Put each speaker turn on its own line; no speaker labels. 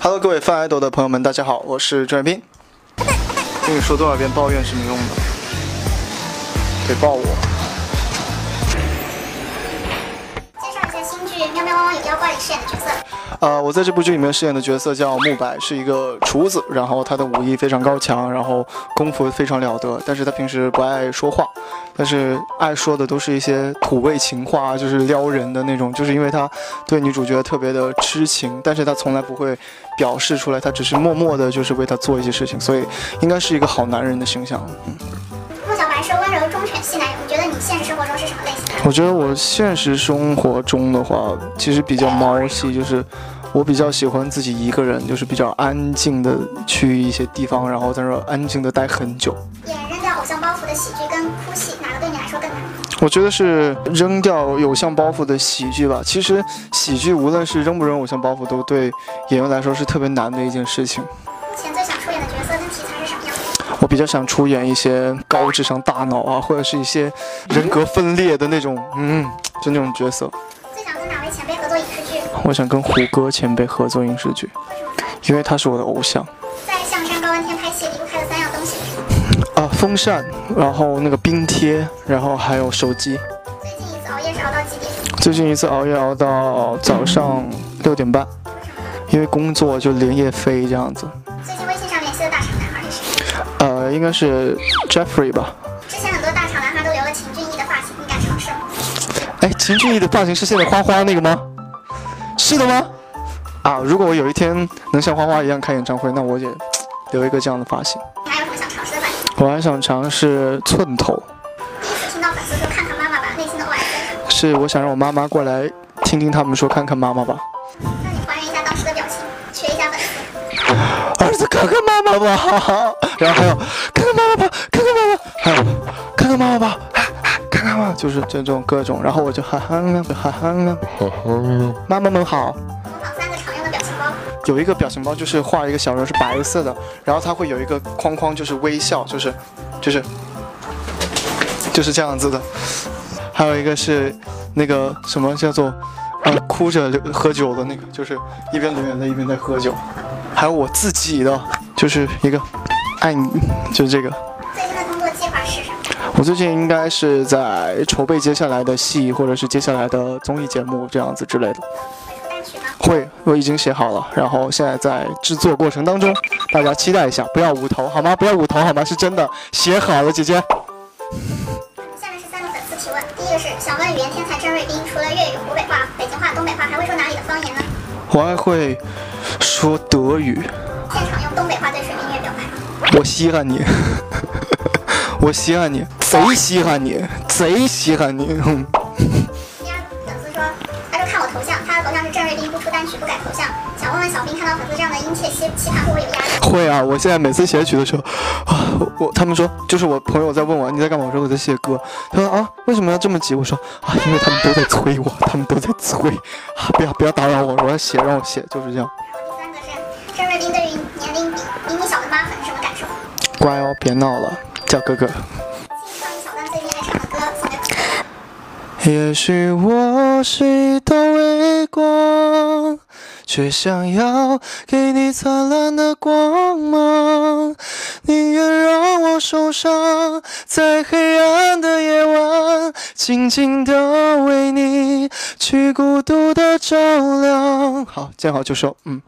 Hello，各位泛爱豆的朋友们，大家好，我是郑远斌。跟你说多少遍抱怨是没用的，得抱我。
介绍一下新剧《喵喵汪汪有妖怪》里饰演的角色。
呃，我在这部剧里面饰演的角色叫慕白，是一个厨子，然后他的武艺非常高强，然后功夫非常了得，但是他平时不爱说话，但是爱说的都是一些土味情话，就是撩人的那种，就是因为他对女主角特别的痴情，但是他从来不会表示出来，他只是默默的，就是为她做一些事情，所以应该是一个好男人的形象。
陆小白是温柔忠犬系男友，你觉得你现实生活中是什么类型的？
我觉得我现实生活中的话，其实比较猫系，就是我比较喜欢自己一个人，就是比较安静的去一些地方，然后在那儿安静的待很久。
演扔掉偶像包袱的喜剧跟哭戏，哪个对你来说更难？
我觉得是扔掉偶像包袱的喜剧吧。其实喜剧无论是扔不扔偶像包袱，都对演员来说是特别难的一件事情。
目前最想出演的角色跟题材是什么样的？
我比较想出演一些高智商大脑啊，或者是一些人格分裂的那种，嗯，就那种角色。
最想跟哪位前辈合作影视剧？
我想跟胡歌前辈合作影视剧，
为什么？
因为他是我的偶像。
在象山高温天拍戏离不开的三样东西。
啊，风扇，然后那个冰贴，然后还有手机。
最近一次熬夜是熬到几点？
最近一次熬夜熬到早上六点半，
为什么呢？
因为工作就连夜飞这样子。
最近微信上联系的大厂男孩是谁？
呃，应该是 Jeffrey 吧？
之前很多大厂男孩都留了秦俊逸的发型，你敢尝试吗？
哎，秦俊逸的发型是现在花花那个吗？是的吗？啊，如果我有一天能像花花一样开演唱会，那我也留一个这样的发型。
你还有什么想尝试的发型？
我还想尝试寸头，
第一次听到粉丝说看看妈妈吧，内心的 OS。
是我想让我妈妈过来听听他们说，看看妈妈吧。
那你还原一下当时的表情，学一下粉丝。
儿子看看妈妈吧，然后还有看看妈妈吧，看看妈妈，还有看看妈妈吧，啊啊看看妈妈，就是这种各种，然后我就哈哈了，哈哈了，
好好呀。
妈妈们好。
模仿三个常用的表情包。
有一个表情包就是画一个小人是白色的，然后它会有一个框框，就是微笑，就是就是就是这样子的。还有一个是那个什么叫做呃哭着流喝酒的那个，就是一边流眼泪一边在喝酒。还有我自己的，就是一个爱你，就是这个。
最近的工作计划是什么？
我最近应该是在筹备接下来的戏，或者是接下来的综艺节目这样子之类的。
会出单曲吗？
会，我已经写好了，然后现在在制作过程当中，大家期待一下，不要捂头好吗？不要捂头好吗？是真的，写好了，姐姐。
下面是三个粉丝提问，第一个是想问语言天才郑瑞斌，除了粤语、湖北话、北京话、东北话，还会说哪里的方言呢？
我还会说德语，
现场用东北话对水冰月表白。
我稀罕你， 我稀罕你，贼稀罕你，贼稀罕你。 哼
第二个粉丝说，他说看我头像，他的头像是郑瑞斌，不出单曲不改头像，想问问小兵看到粉丝这样的殷切期期盼会不会有压力？
会啊，我现在每次写曲的时候，啊，我他们说就是我朋友在问我你在干嘛，我说我在写歌。他说啊，为什么要这么急？我说啊，因为他们都在催我，他们都在催啊，不要不要打扰我，我要写，让我写，就是这样。
第三个是郑瑞斌对于年龄比比你小的妈粉是什么感受？
乖哦，别闹了，叫哥哥。
请唱一小段最近爱唱的歌送给粉丝。
也许我是一道微光，却想要给你灿烂的光芒，宁愿让我受伤，在黑暗的夜晚，静静的为你去孤独的照亮。好，见好就收，嗯。